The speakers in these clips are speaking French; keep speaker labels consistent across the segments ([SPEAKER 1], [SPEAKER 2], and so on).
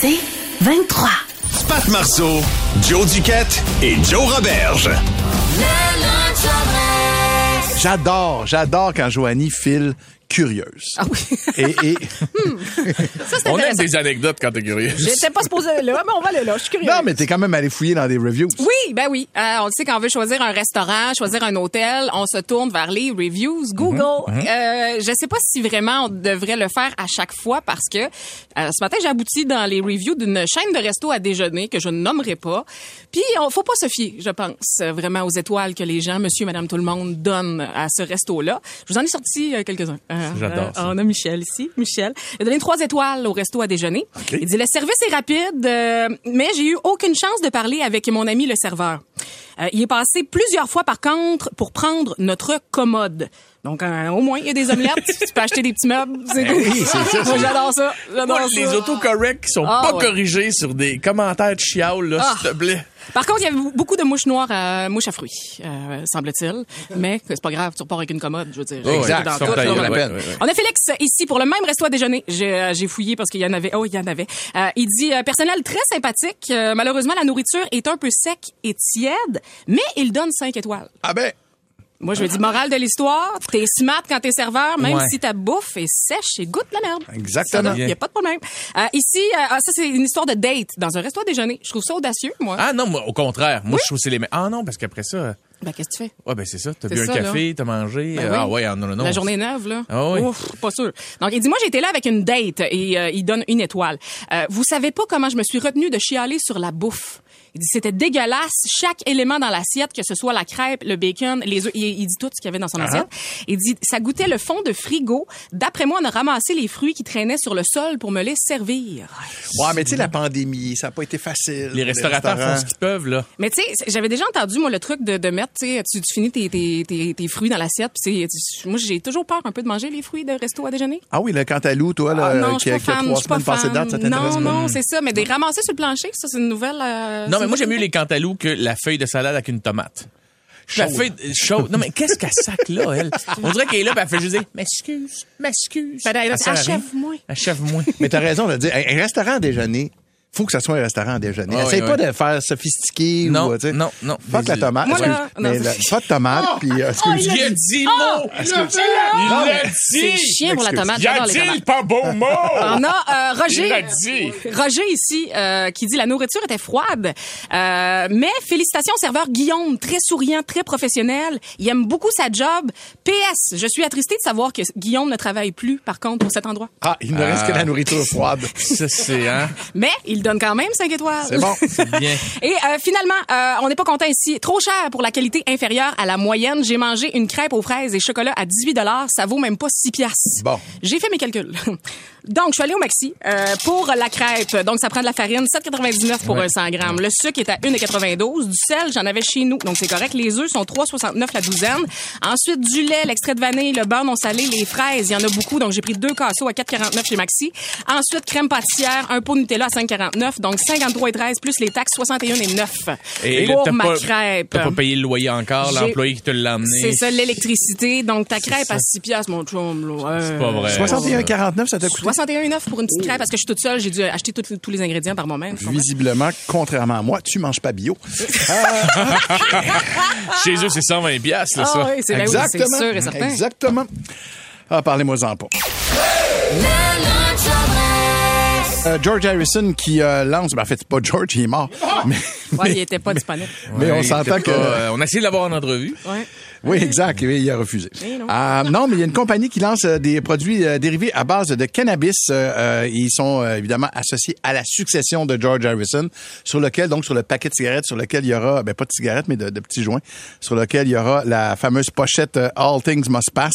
[SPEAKER 1] C'est 23.
[SPEAKER 2] Pat Marceau, Joe Duquette et Joe Roberge.
[SPEAKER 3] J'adore, j'adore quand Joanie file curieuse.
[SPEAKER 4] Ah oui.
[SPEAKER 3] Et, et
[SPEAKER 4] Ça, c'est
[SPEAKER 5] On aime
[SPEAKER 4] intéressant.
[SPEAKER 5] des anecdotes quand t'es curieux.
[SPEAKER 4] J'étais pas supposée aller là, mais on va aller là. Je suis curieuse.
[SPEAKER 3] non, mais t'es quand même allé fouiller dans des reviews.
[SPEAKER 4] Oui, ben oui. Euh, on sait qu'on veut choisir un restaurant, choisir un hôtel, on se tourne vers les reviews Google. Euh, je sais pas si vraiment on devrait le faire à chaque fois parce que euh, ce matin j'ai abouti dans les reviews d'une chaîne de resto à déjeuner que je ne nommerai pas. Puis on faut pas se fier, je pense, euh, vraiment aux étoiles que les gens, monsieur, madame, tout le monde donnent à ce resto-là. Je vous en ai sorti euh, quelques-uns. Euh,
[SPEAKER 5] J'adore ça.
[SPEAKER 4] on a Michel ici. Michel. Il a donné trois étoiles au resto à déjeuner. Il dit, le service est rapide, euh, mais j'ai eu aucune chance de parler avec mon ami le serveur. Euh, il est passé plusieurs fois, par contre, pour prendre notre commode. Donc, euh, au moins, il y a des omelettes. tu peux acheter des petits meubles.
[SPEAKER 5] Eh
[SPEAKER 4] C'est cool. Moi, j'adore ça. J'adore
[SPEAKER 5] Moi,
[SPEAKER 4] ça.
[SPEAKER 5] les autocorrects qui sont
[SPEAKER 4] Ah,
[SPEAKER 5] pas
[SPEAKER 4] ouais.
[SPEAKER 5] corrigés sur des commentaires de chiaoule, là,
[SPEAKER 4] Ah.
[SPEAKER 5] s'il te plaît.
[SPEAKER 4] Par contre, il y avait beaucoup de mouches noires à mouches à fruits, euh, semble-t-il. Mais c'est pas grave, tu repars avec une commode, je veux dire.
[SPEAKER 5] Oh, exact,
[SPEAKER 4] Dans
[SPEAKER 5] ils
[SPEAKER 4] tout,
[SPEAKER 5] sont taillés,
[SPEAKER 4] là, on
[SPEAKER 5] ouais,
[SPEAKER 4] l'appelle.
[SPEAKER 5] ouais, ouais.
[SPEAKER 4] On a Félix ici pour le même resto à déjeuner. J'ai euh, j'ai fouillé parce qu'il y en avait. Oh, il y en avait. Euh, il dit euh, personnel très sympathique. Euh, malheureusement, la nourriture est un peu sec et tiède, mais il donne 5 étoiles.
[SPEAKER 5] Ah ben,
[SPEAKER 4] Moi, je me dis morale de l'histoire, t'es smart quand t'es serveur, même
[SPEAKER 5] Ouais.
[SPEAKER 4] si ta bouffe est sèche et goûte la merde.
[SPEAKER 3] Exactement.
[SPEAKER 4] Il y a pas de problème. Euh, ici, euh, ah, ça c'est une histoire de date dans un resto à déjeuner. Je trouve ça audacieux, moi.
[SPEAKER 5] Ah non, moi, au contraire. Moi, je trouve que c'est les mêmes. Ah non, parce qu'après ça, euh,
[SPEAKER 4] Ben, qu'est-ce que tu fais?
[SPEAKER 5] ouais, ben c'est ça. T'as
[SPEAKER 4] C'est
[SPEAKER 5] bu un
[SPEAKER 4] ça,
[SPEAKER 5] café, t'as mangé.
[SPEAKER 4] Ben
[SPEAKER 5] euh,
[SPEAKER 4] oui.
[SPEAKER 5] Ah ouais, ah non, non, non.
[SPEAKER 4] La journée est neuve, là.
[SPEAKER 5] Ah oui.
[SPEAKER 4] Ouf, pas sûr. Donc, il dit, moi, j'étais là avec une date et euh, il donne une étoile. Euh, vous savez pas comment je me suis retenue de chialer sur la bouffe. Il dit, c'était dégueulasse. Chaque élément dans l'assiette, que ce soit la crêpe, le bacon, les œufs, il, il dit tout ce qu'il y avait dans son assiette. Il dit, ça goûtait le fond de frigo. D'après moi, on a ramassé les fruits qui traînaient sur le sol pour me les servir.
[SPEAKER 3] Ouais, mais tu sais, la pandémie, ça n'a pas été facile.
[SPEAKER 5] Les restaurateurs font ce qu'ils peuvent, là.
[SPEAKER 4] Mais tu sais, c'est- j'avais déjà entendu, moi, le truc de, de mettre, tu sais, tu tu finis tes, tes, tes, tes fruits dans l'assiette. puis c'est- tu- Moi, j'ai toujours peur un peu de manger les fruits de resto à déjeuner.
[SPEAKER 3] Ah oui, le Cantalou, toi, là,
[SPEAKER 4] Ah non,
[SPEAKER 3] euh, qui,
[SPEAKER 4] je
[SPEAKER 3] a,
[SPEAKER 4] suis
[SPEAKER 3] qui a
[SPEAKER 4] pas fan,
[SPEAKER 3] trois
[SPEAKER 4] je suis pas
[SPEAKER 3] semaines passées
[SPEAKER 4] fan.
[SPEAKER 3] de date, ça t'intéresse
[SPEAKER 4] Non,
[SPEAKER 3] pas?
[SPEAKER 4] non, c'est ça. Mais des ramassés sur le plancher, ça, c'est une nouvelle. euh,
[SPEAKER 5] Non,
[SPEAKER 4] c'est
[SPEAKER 5] mais
[SPEAKER 4] une
[SPEAKER 5] moi, j'aime mieux
[SPEAKER 4] nouvelle-
[SPEAKER 5] les cantalous que la feuille de salade avec une tomate. La
[SPEAKER 3] Chaude.
[SPEAKER 5] feuille de- chaude. Non, mais qu'est-ce qu'elle sac là, elle? On dirait qu'elle est là, puis elle fait juste dire, m'excuse, m'excuse.
[SPEAKER 4] Ben, elle-
[SPEAKER 5] Ça sert à rien.
[SPEAKER 4] achève-moi.
[SPEAKER 5] Achève-moi.
[SPEAKER 3] Mais t'as raison de dire, un, un restaurant à déjeuner, faut que ça soit un restaurant à déjeuner.
[SPEAKER 5] Ouais,
[SPEAKER 3] Essaye
[SPEAKER 5] ouais,
[SPEAKER 3] pas
[SPEAKER 5] ouais.
[SPEAKER 3] de faire sophistiqué
[SPEAKER 5] Non,
[SPEAKER 3] ou, tu sais.
[SPEAKER 5] non, non.
[SPEAKER 3] Pas que la
[SPEAKER 5] Vas-y.
[SPEAKER 3] tomate.
[SPEAKER 4] Moi,
[SPEAKER 3] excuse,
[SPEAKER 4] là, non. Oh!
[SPEAKER 3] mais la- pas de tomate, puis euh, excuse.
[SPEAKER 5] Il a dit
[SPEAKER 4] Ah,
[SPEAKER 5] mot! Il
[SPEAKER 3] Non,
[SPEAKER 5] l'a
[SPEAKER 3] mais-
[SPEAKER 4] C'est
[SPEAKER 5] dit!
[SPEAKER 4] chiant pour la
[SPEAKER 3] Excuse.
[SPEAKER 4] tomate. J'adore les tomates.
[SPEAKER 5] pas beau mot?
[SPEAKER 4] On a euh, Roger.
[SPEAKER 5] Il l'a dit.
[SPEAKER 4] Roger ici euh, qui dit la nourriture était froide. Euh, mais félicitations au serveur Guillaume, très souriant, très professionnel. Il aime beaucoup sa job. PS, je suis attristée de savoir que Guillaume ne travaille plus par contre pour cet endroit.
[SPEAKER 3] Ah, il ne reste que la nourriture froide.
[SPEAKER 5] Ça, c'est, hein?
[SPEAKER 4] Mais il donne quand même 5 étoiles.
[SPEAKER 3] C'est bon.
[SPEAKER 5] Bien.
[SPEAKER 4] Et euh, finalement, euh, on n'est pas content ici. Trop cher pour la qualité inférieure à la moyenne. J'ai mangé une crêpe aux fraises et chocolat à 18 Ça vaut même pas 6 piastres.
[SPEAKER 3] Bon.
[SPEAKER 4] J'ai fait mes calculs. Donc, je suis allée au maxi euh, pour la crêpe. Donc, ça prend de la farine, 7,99 pour un 100 grammes. Le sucre est à 1,92. Du sel, j'en avais chez nous. Donc, c'est correct. Les œufs sont 3,69 la douzaine. Ensuite, du lait, l'extrait de vanille, le beurre non salé, les fraises. Il y en a beaucoup. Donc, j'ai pris deux casseaux à 4,49 chez Maxi. Ensuite, crème pâtissière, un pot Nutella à 5,49. Donc, 53,13 plus les taxes, 61,9
[SPEAKER 5] Et là,
[SPEAKER 4] pour
[SPEAKER 5] t'as
[SPEAKER 4] ma
[SPEAKER 5] pas,
[SPEAKER 4] crêpe.
[SPEAKER 5] t'as pas payé le loyer encore,
[SPEAKER 4] J'ai-
[SPEAKER 5] l'employé qui te l'a amené.
[SPEAKER 4] C'est ça, l'électricité. Donc, ta crêpe à 6 piastres, mon chum. là.
[SPEAKER 5] C'est
[SPEAKER 4] Euh,
[SPEAKER 5] pas vrai. Oh.
[SPEAKER 3] 61,49, ça t'a coûté?
[SPEAKER 4] 61,9 pour une petite crêpe parce que je suis toute seule, j'ai dû acheter tous- tous les ingrédients par moi-même.
[SPEAKER 3] Visiblement, contrairement à moi, tu manges pas bio.
[SPEAKER 5] Ah! Chez eux, c'est 120 piastres, là, ça.
[SPEAKER 4] Ah oui, c'est ben oui, c'est
[SPEAKER 3] Exactement.
[SPEAKER 4] sûr et certain.
[SPEAKER 3] Exactement. Ah, parlez-moi-en pas. Euh, George Harrison qui euh, lance, ben, en fait, c'est pas George, il est mort. Mais,
[SPEAKER 4] Ouais, il
[SPEAKER 3] mais-
[SPEAKER 4] était pas disponible.
[SPEAKER 3] mais on
[SPEAKER 5] Ouais,
[SPEAKER 3] s'entend
[SPEAKER 5] t'es
[SPEAKER 3] que
[SPEAKER 5] pas, euh, on a essayé de l'avoir en entrevue.
[SPEAKER 4] Ouais.
[SPEAKER 3] Oui, exact. Oui, il a refusé.
[SPEAKER 4] Eh non.
[SPEAKER 3] Euh, non, mais il y a une compagnie qui lance euh, des produits euh, dérivés à base de cannabis. Euh, euh, ils sont euh, évidemment associés à la succession de George Harrison, sur lequel, donc sur le paquet de cigarettes, sur lequel il y aura, ben pas de cigarettes, mais de, de petits joints, sur lequel il y aura la fameuse pochette euh, All Things Must Pass,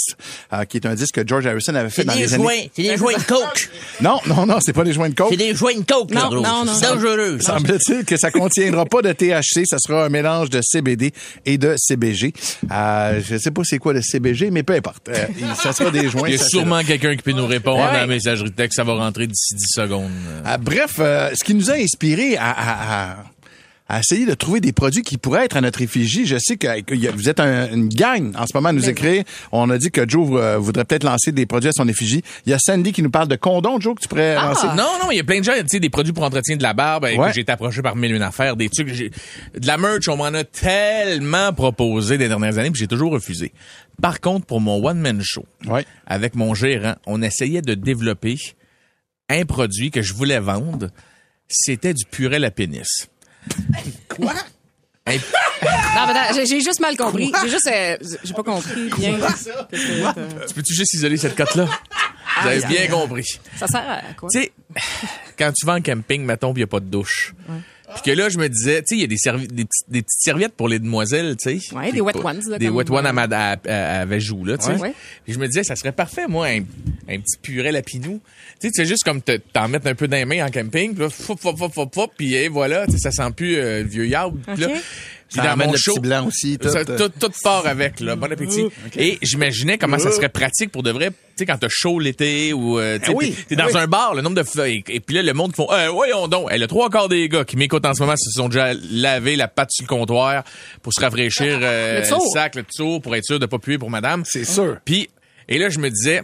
[SPEAKER 3] euh, qui est un disque que George Harrison avait fait
[SPEAKER 6] C'est
[SPEAKER 3] dans
[SPEAKER 6] des
[SPEAKER 3] les
[SPEAKER 6] joints.
[SPEAKER 3] années...
[SPEAKER 6] C'est des joints de coke.
[SPEAKER 3] Non, non, non, c'est pas des joints de coke.
[SPEAKER 6] C'est des joints de coke,
[SPEAKER 4] Non,
[SPEAKER 6] là, gros.
[SPEAKER 4] non, non,
[SPEAKER 6] C'est
[SPEAKER 4] non.
[SPEAKER 6] dangereux. ça.
[SPEAKER 3] Semble-t-il que ça contiendra pas de THC, ça sera un mélange de CBD et de CBG. Euh, je sais pas c'est quoi le CBG, mais peu importe. Euh, il- ça sera des joints.
[SPEAKER 5] Il y a
[SPEAKER 3] ça, c'est
[SPEAKER 5] sûrement quelqu'un qui peut nous répondre
[SPEAKER 3] Ouais.
[SPEAKER 5] à la messagerie texte. Ça va rentrer d'ici 10 secondes.
[SPEAKER 3] Ah, bref, euh, ce qui nous a inspiré à, à- à- à essayer de trouver des produits qui pourraient être à notre effigie. Je sais que que y a- vous êtes un- une gang en ce moment à nous écrire. On a dit que Joe euh, voudrait peut-être lancer des produits à son effigie. Il y a Sandy qui nous parle de condoms, Joe, que tu pourrais lancer.
[SPEAKER 5] Non, non, il y a plein de gens, tu sais, des produits pour entretien de la barbe, et
[SPEAKER 3] Ah. Ouais.
[SPEAKER 5] que j'ai été approché par mille et une affaires, des trucs, j'ai- de la merch, on m'en a tellement proposé des dernières années, puis j'ai toujours refusé. Par contre, pour mon one-man show,
[SPEAKER 3] Ouais.
[SPEAKER 5] avec mon gérant, on essayait de développer un produit que je voulais vendre, c'était du purée à pénis. Quoi?
[SPEAKER 4] Non, mais attends, j'ai- j'ai juste mal compris. J'ai juste, euh, j'ai pas compris bien. Qu'est-ce que- euh,
[SPEAKER 5] tu peux-tu juste isoler cette cote-là? Vous avez
[SPEAKER 3] Ah,
[SPEAKER 5] bien compris.
[SPEAKER 4] Ça sert à quoi?
[SPEAKER 5] Tu sais, quand tu vas en camping, mettons, il n'y a pas de douche. Puis que là, je me disais, tu sais, il y a des, servi- des, petites- des petites serviettes pour les demoiselles, tu sais.
[SPEAKER 4] Ouais, des wet ones, là,
[SPEAKER 5] des
[SPEAKER 4] comme- euh,
[SPEAKER 5] wet ones à, ma- à, à- à Vajou, là, tu sais.
[SPEAKER 4] Ouais. Ouais.
[SPEAKER 5] Puis je me disais, ça serait parfait, moi, un, un petit purée lapinou. Tu sais, tu sais, juste comme te- t'en mettre un peu dans les mains en camping, puis là, foup, foup, foup, foup, foup, puis hey, voilà, tu sais, ça sent plus euh, le vieux yard. Puis là,
[SPEAKER 4] Ok.
[SPEAKER 5] puis
[SPEAKER 3] Ça
[SPEAKER 5] dans
[SPEAKER 3] ramène
[SPEAKER 5] mon
[SPEAKER 3] le
[SPEAKER 5] show,
[SPEAKER 3] petit blanc aussi, tout,
[SPEAKER 5] ça-
[SPEAKER 3] euh.
[SPEAKER 5] tout, tout part avec, là. Bon appétit. Et j'imaginais comment ça serait pratique pour de vrai, tu sais, quand t'as chaud l'été ou, euh, tu sais,
[SPEAKER 3] Ah oui,
[SPEAKER 5] t'es- t'es dans
[SPEAKER 3] oui.
[SPEAKER 5] un bar, le nombre de feuilles. Et puis là, le monde qui font, euh, voyons donc, Eh, le trois quarts des gars qui m'écoutent en ce moment se sont déjà lavé la patte sur le comptoir pour se rafraîchir euh,
[SPEAKER 4] Le tour.
[SPEAKER 5] le sac, le tour, pour être sûr de pas puer pour madame.
[SPEAKER 3] C'est sûr.
[SPEAKER 5] Puis, et là, je me disais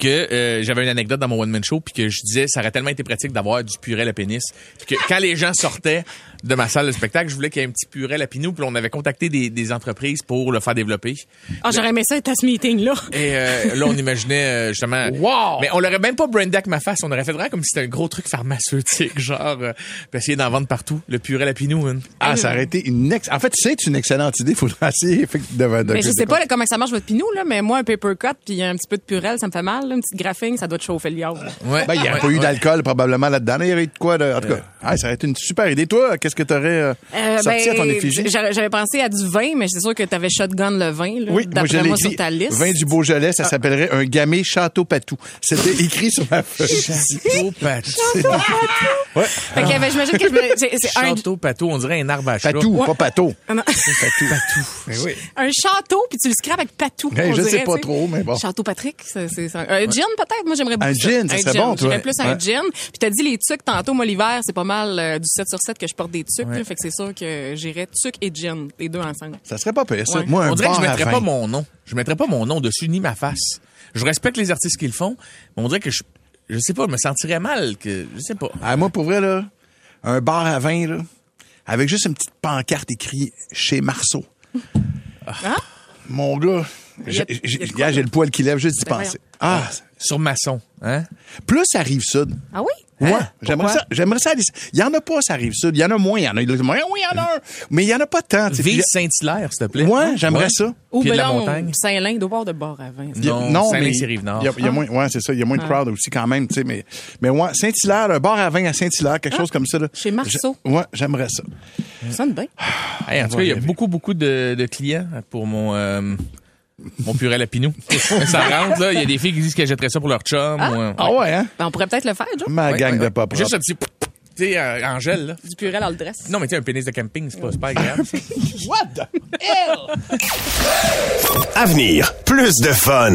[SPEAKER 5] que euh, j'avais une anecdote dans mon one-man show, puis que je disais, ça aurait tellement été pratique d'avoir du purée à pénis. Puis que quand les gens sortaient de ma salle de spectacle, je voulais qu'il y ait un petit purée à pinou, puis on avait contacté des, des entreprises pour le faire développer.
[SPEAKER 4] Ah, j'aurais aimé ça être à ce meeting-là.
[SPEAKER 3] Eh,
[SPEAKER 5] Et euh, là, on imaginait euh, justement...
[SPEAKER 3] Wow!
[SPEAKER 5] Mais on l'aurait même pas brandé avec ma face, on aurait fait vraiment comme si c'était un gros truc pharmaceutique, genre, euh, puis essayer d'en vendre partout, le purée à pinou. hein.
[SPEAKER 3] Ah, ça aurait été une ex... En fait, c'est une excellente idée. Il faudra essayer effectivement, de, de,
[SPEAKER 4] Mais je
[SPEAKER 3] de-
[SPEAKER 4] sais
[SPEAKER 3] de-
[SPEAKER 4] pas là, comment ça marche votre pinou, là, mais moi, un paper cut puis un petit peu de purelle, ça me fait mal. là. Une petite graphing, ça doit te chauffer le yard.
[SPEAKER 5] Ouais.
[SPEAKER 3] Ben, il n'y
[SPEAKER 4] Ah,
[SPEAKER 3] aurait
[SPEAKER 5] Ouais,
[SPEAKER 3] pas eu
[SPEAKER 5] ouais.
[SPEAKER 3] d'alcool probablement là-dedans. Il y aurait eu de quoi de... En tout cas, ah, ça aurait été une super idée. Toi, qu'est-ce que tu aurais
[SPEAKER 4] Euh,
[SPEAKER 3] sorti à ton
[SPEAKER 4] ben,
[SPEAKER 3] effigie?
[SPEAKER 4] j'aurais- J'avais pensé à du vin, mais c'est sûr que t'avais shotgun le vin, là,
[SPEAKER 3] Oui, moi, je
[SPEAKER 4] d'après
[SPEAKER 3] l'ai
[SPEAKER 4] moi,
[SPEAKER 3] écrit.
[SPEAKER 4] sur ta liste. Ah.
[SPEAKER 3] Vin du Beaujolais, ça s'appellerait un gamay château patou. C'était écrit sur ma feuille.
[SPEAKER 5] Château Patou.
[SPEAKER 4] Fait que, ben, j'imagine que je me- c'est c'est un,
[SPEAKER 5] Château Patou, on dirait un arbre à chat.
[SPEAKER 3] Patou, Ben pas pato.
[SPEAKER 4] Ah non. un château, puis tu le scrapes avec patou.
[SPEAKER 3] Ben,
[SPEAKER 4] on
[SPEAKER 3] je sais
[SPEAKER 4] dirait,
[SPEAKER 3] pas
[SPEAKER 4] tu
[SPEAKER 3] trop, mais bon.
[SPEAKER 4] Château Patrick, c'est c'est ça. Un gin, peut-être? Moi, j'aimerais beaucoup
[SPEAKER 3] gin, ça serait bon, toi.
[SPEAKER 4] J'aimerais plus un
[SPEAKER 3] Ouais.
[SPEAKER 4] gin. Puis t'as dit les tucs tantôt, moi, l'hiver, c'est pas mal euh, du 7 sur 7 que je porte des tucs, là. Fait que c'est sûr que j'irais tuc et gin, les deux ensemble.
[SPEAKER 3] Ça serait pas pire, ça.
[SPEAKER 4] Ouais.
[SPEAKER 3] Moi, un
[SPEAKER 5] On dirait que je
[SPEAKER 3] bar à
[SPEAKER 5] mettrais
[SPEAKER 3] vin.
[SPEAKER 5] pas mon nom. Je mettrais pas mon nom dessus ni ma face. Je respecte les artistes qui le font, mais on dirait que je je sais pas, je me sentirais mal que je sais pas.
[SPEAKER 3] Ah, moi, pour vrai, là, un bar à vin, là, avec juste une petite pancarte écrite chez Marceau. Mon gars,
[SPEAKER 4] y a-
[SPEAKER 3] j'ai-
[SPEAKER 4] il y a de
[SPEAKER 3] j'ai
[SPEAKER 4] quoi,
[SPEAKER 3] gars, j'ai le poil qui lève juste d'y
[SPEAKER 4] Ben,
[SPEAKER 3] penser. Ah,
[SPEAKER 5] Sur maçon, hein
[SPEAKER 3] plus ça arrive sud.
[SPEAKER 4] Ah oui?
[SPEAKER 3] Ouais,
[SPEAKER 5] Hein?
[SPEAKER 3] j'aimerais
[SPEAKER 5] Pourquoi?
[SPEAKER 3] ça, j'aimerais ça. aller- Il y en a pas, ça arrive sud. Il y en a moins, il y en a. il y en a- Oui, il y en a un. Mais il y en a pas tant. tu sais.
[SPEAKER 5] Vive Saint-Hilaire, s'il te plaît.
[SPEAKER 3] Ouais, j'aimerais ça.
[SPEAKER 4] Ou
[SPEAKER 5] Pied de la
[SPEAKER 4] Belon,
[SPEAKER 5] montagne.
[SPEAKER 4] Saint-Lin, doit boire de bord à vin.
[SPEAKER 3] Il y a-
[SPEAKER 5] Non, Saint-Lin, c'est Rive-Nord.
[SPEAKER 3] Il y a, il y a moins, ouais, c'est ça. Il y a moins de crowd aussi quand même, tu sais. Mais, mais ouais, Saint-Hilaire, un bar à vin à Saint-Hilaire, quelque chose comme ça, là.
[SPEAKER 4] Chez Marceau.
[SPEAKER 3] Je- ouais, j'aimerais ça.
[SPEAKER 4] Ça sonne bien.
[SPEAKER 5] Hey, Eh, en tout cas, il y a beaucoup beaucoup de, de clients pour mon euh, mon purée lapinou. ça rentre là, il y a des filles qui disent qu'elles jetteraient ça pour leur chum ou, euh,
[SPEAKER 3] Ah ouais, hein?
[SPEAKER 4] Ben, on pourrait peut-être le faire, Joe.
[SPEAKER 3] Ma
[SPEAKER 5] ouais,
[SPEAKER 3] gang
[SPEAKER 5] ouais,
[SPEAKER 3] de
[SPEAKER 5] ouais.
[SPEAKER 3] pop
[SPEAKER 5] Juste un petit tu sais euh, en gel là.
[SPEAKER 4] Du purée dans le dress.
[SPEAKER 5] Non, mais tu sais un pénis de camping, c'est pas, c'est pas agréable.
[SPEAKER 7] Avenir, plus de fun.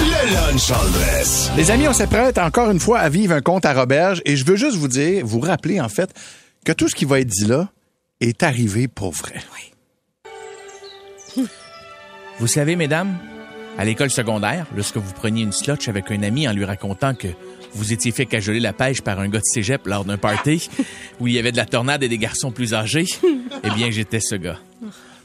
[SPEAKER 7] Le lunch en dress.
[SPEAKER 3] Les amis, on s'apprête encore une fois à vivre un conte à Roberge et je veux juste vous dire, vous rappeler en fait, que tout ce qui va être dit là, est arrivé pour vrai.
[SPEAKER 5] Vous savez, mesdames, à l'école secondaire, lorsque vous preniez une slotch avec un ami en lui racontant que vous étiez fait cajoler la pêche par un gars de cégep lors d'un party où il y avait de la tornade et des garçons plus âgés, eh bien, j'étais ce gars.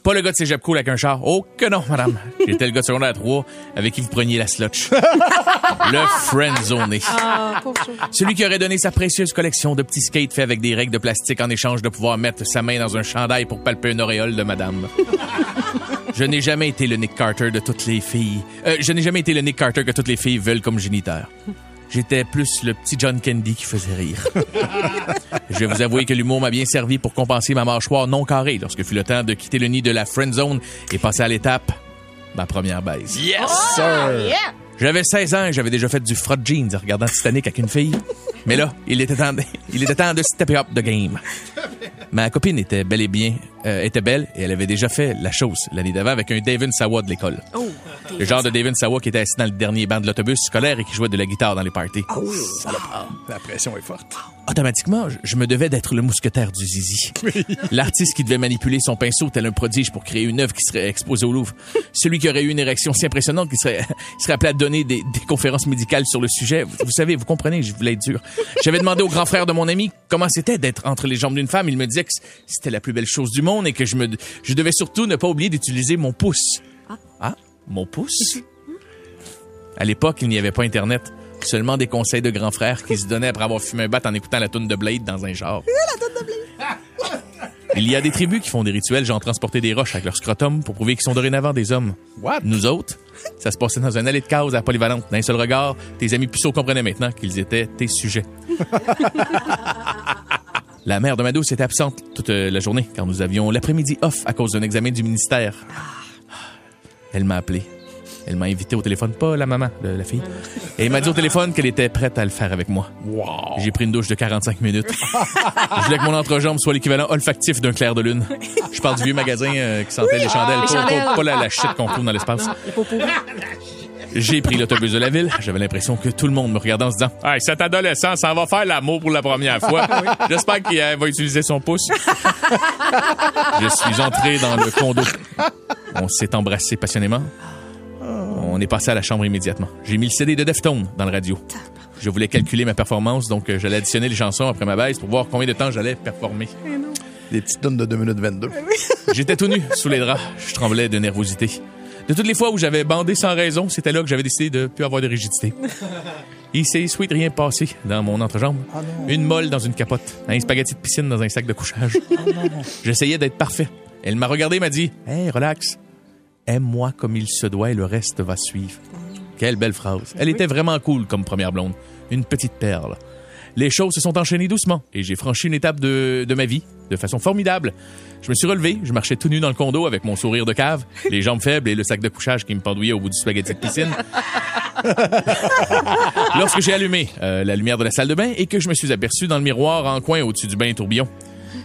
[SPEAKER 5] Pas le gars de cégep cool avec un char. Oh, que non, madame. J'étais le gars de secondaire 3 avec qui vous preniez la slotch. le friendzoné.
[SPEAKER 8] Ah, pauvre chose.
[SPEAKER 5] Celui qui aurait donné sa précieuse collection de petits skates faits avec des règles de plastique en échange de pouvoir mettre sa main dans un chandail pour palper une auréole de madame. Je n'ai jamais été le Nick Carter de toutes les filles. Euh, je n'ai jamais été le Nick Carter que toutes les filles veulent comme géniteur. J'étais plus le petit John Candy qui faisait rire. Je vais vous avouer que l'humour m'a bien servi pour compenser ma mâchoire non carrée lorsque fut le temps de quitter le nid de la friend zone et passer à l'étape ma première baise.
[SPEAKER 8] Yes, Oh, sir. yeah.
[SPEAKER 5] J'avais 16 ans et j'avais déjà fait du frot jeans en regardant Titanic avec une fille. Mais là, il était temps de, il était temps de step up the game. Ma copine était bel et bien, euh, était belle et elle avait déjà fait la chose l'année d'avant avec un David Sawa de l'école.
[SPEAKER 8] Oh,
[SPEAKER 5] Le genre de David Sawa qui était assis dans le dernier banc de l'autobus scolaire et qui jouait de la guitare dans les parties.
[SPEAKER 3] La pression est forte.
[SPEAKER 5] Automatiquement, je- je me devais d'être le mousquetaire du zizi. L'artiste qui devait manipuler son pinceau tel un prodige pour créer une œuvre qui serait exposée au Louvre. Celui qui aurait eu une érection si impressionnante qu'il serait, il serait appelé à donner des, des conférences médicales sur le sujet. Vous, vous savez, vous comprenez, je voulais être dur. J'avais demandé au grand frère de mon ami comment c'était d'être entre les jambes d'une femme. Il me disait que c'était la plus belle chose du monde et que je, me, je devais surtout ne pas oublier d'utiliser mon pouce. Ah, mon pouce? À l'époque, il n'y avait pas Internet. Seulement des conseils de grands frères qui se donnaient après avoir fumé un bat en écoutant la toune de Blade dans un genre. Il y a des tribus qui font des rituels, genre transporter des roches avec leur scrotum pour prouver qu'ils sont dorénavant des hommes.
[SPEAKER 3] What?
[SPEAKER 5] Nous autres, ça se passait dans un allée de cause à Polyvalente. D'un seul regard, tes amis puceaux comprenaient maintenant qu'ils étaient tes sujets. La mère de Mado était absente toute euh, la journée car nous avions l'après-midi off à cause d'un examen du ministère. Elle m'a appelé. Elle m'a invité au téléphone, pas la maman, le- la fille. Et elle m'a dit au téléphone qu'elle était prête à le faire avec moi. J'ai pris une douche de 45 minutes. Je voulais que mon entrejambe soit l'équivalent olfactif d'un clair de lune. Je parle du vieux magasin euh, qui sentait
[SPEAKER 8] Oui. ah,
[SPEAKER 5] les chandelles,
[SPEAKER 8] Les
[SPEAKER 5] pas- pas,
[SPEAKER 8] chandelles.
[SPEAKER 5] pas la, la shit qu'on trouve dans l'espace.
[SPEAKER 8] Le pot pourri.
[SPEAKER 5] J'ai pris l'autobus de la ville. J'avais l'impression que tout le monde me regardait en se disant Hey, cet adolescent, ça va faire l'amour pour la première fois. J'espère qu'il euh, va utiliser son pouce. Je suis entré dans le condo. On s'est embrassé passionnément. On est passé à la chambre immédiatement. J'ai mis le CD de Deftones dans le radio. Je voulais calculer ma performance, donc euh, j'allais additionner les chansons après ma baisse pour voir combien de temps j'allais performer.
[SPEAKER 3] Des petites tonnes de 2 minutes 22.
[SPEAKER 5] Ah J'étais tout nu sous les draps. Je tremblais de nervosité. De toutes les fois où j'avais bandé sans raison, c'était là que j'avais décidé de plus avoir de rigidité. Il s'est sweet rien passé dans mon entrejambe. une molle dans une capote, un spaghetti de piscine dans un sac de couchage. J'essayais d'être parfait. Elle m'a regardé et m'a dit Hey, relax. Aime-moi comme il se doit et le reste va suivre. Quelle belle phrase. Elle était vraiment cool comme première blonde. Une petite perle. Les choses se sont enchaînées doucement et j'ai franchi une étape de, de ma vie de façon formidable. Je me suis relevé, je marchais tout nu dans le condo avec mon sourire de cave, les jambes faibles et le sac de couchage qui me pendouillait au bout du spaghetti de piscine. Lorsque j'ai allumé euh, la lumière de la salle de bain et que je me suis aperçu dans le miroir en coin au-dessus du bain tourbillon,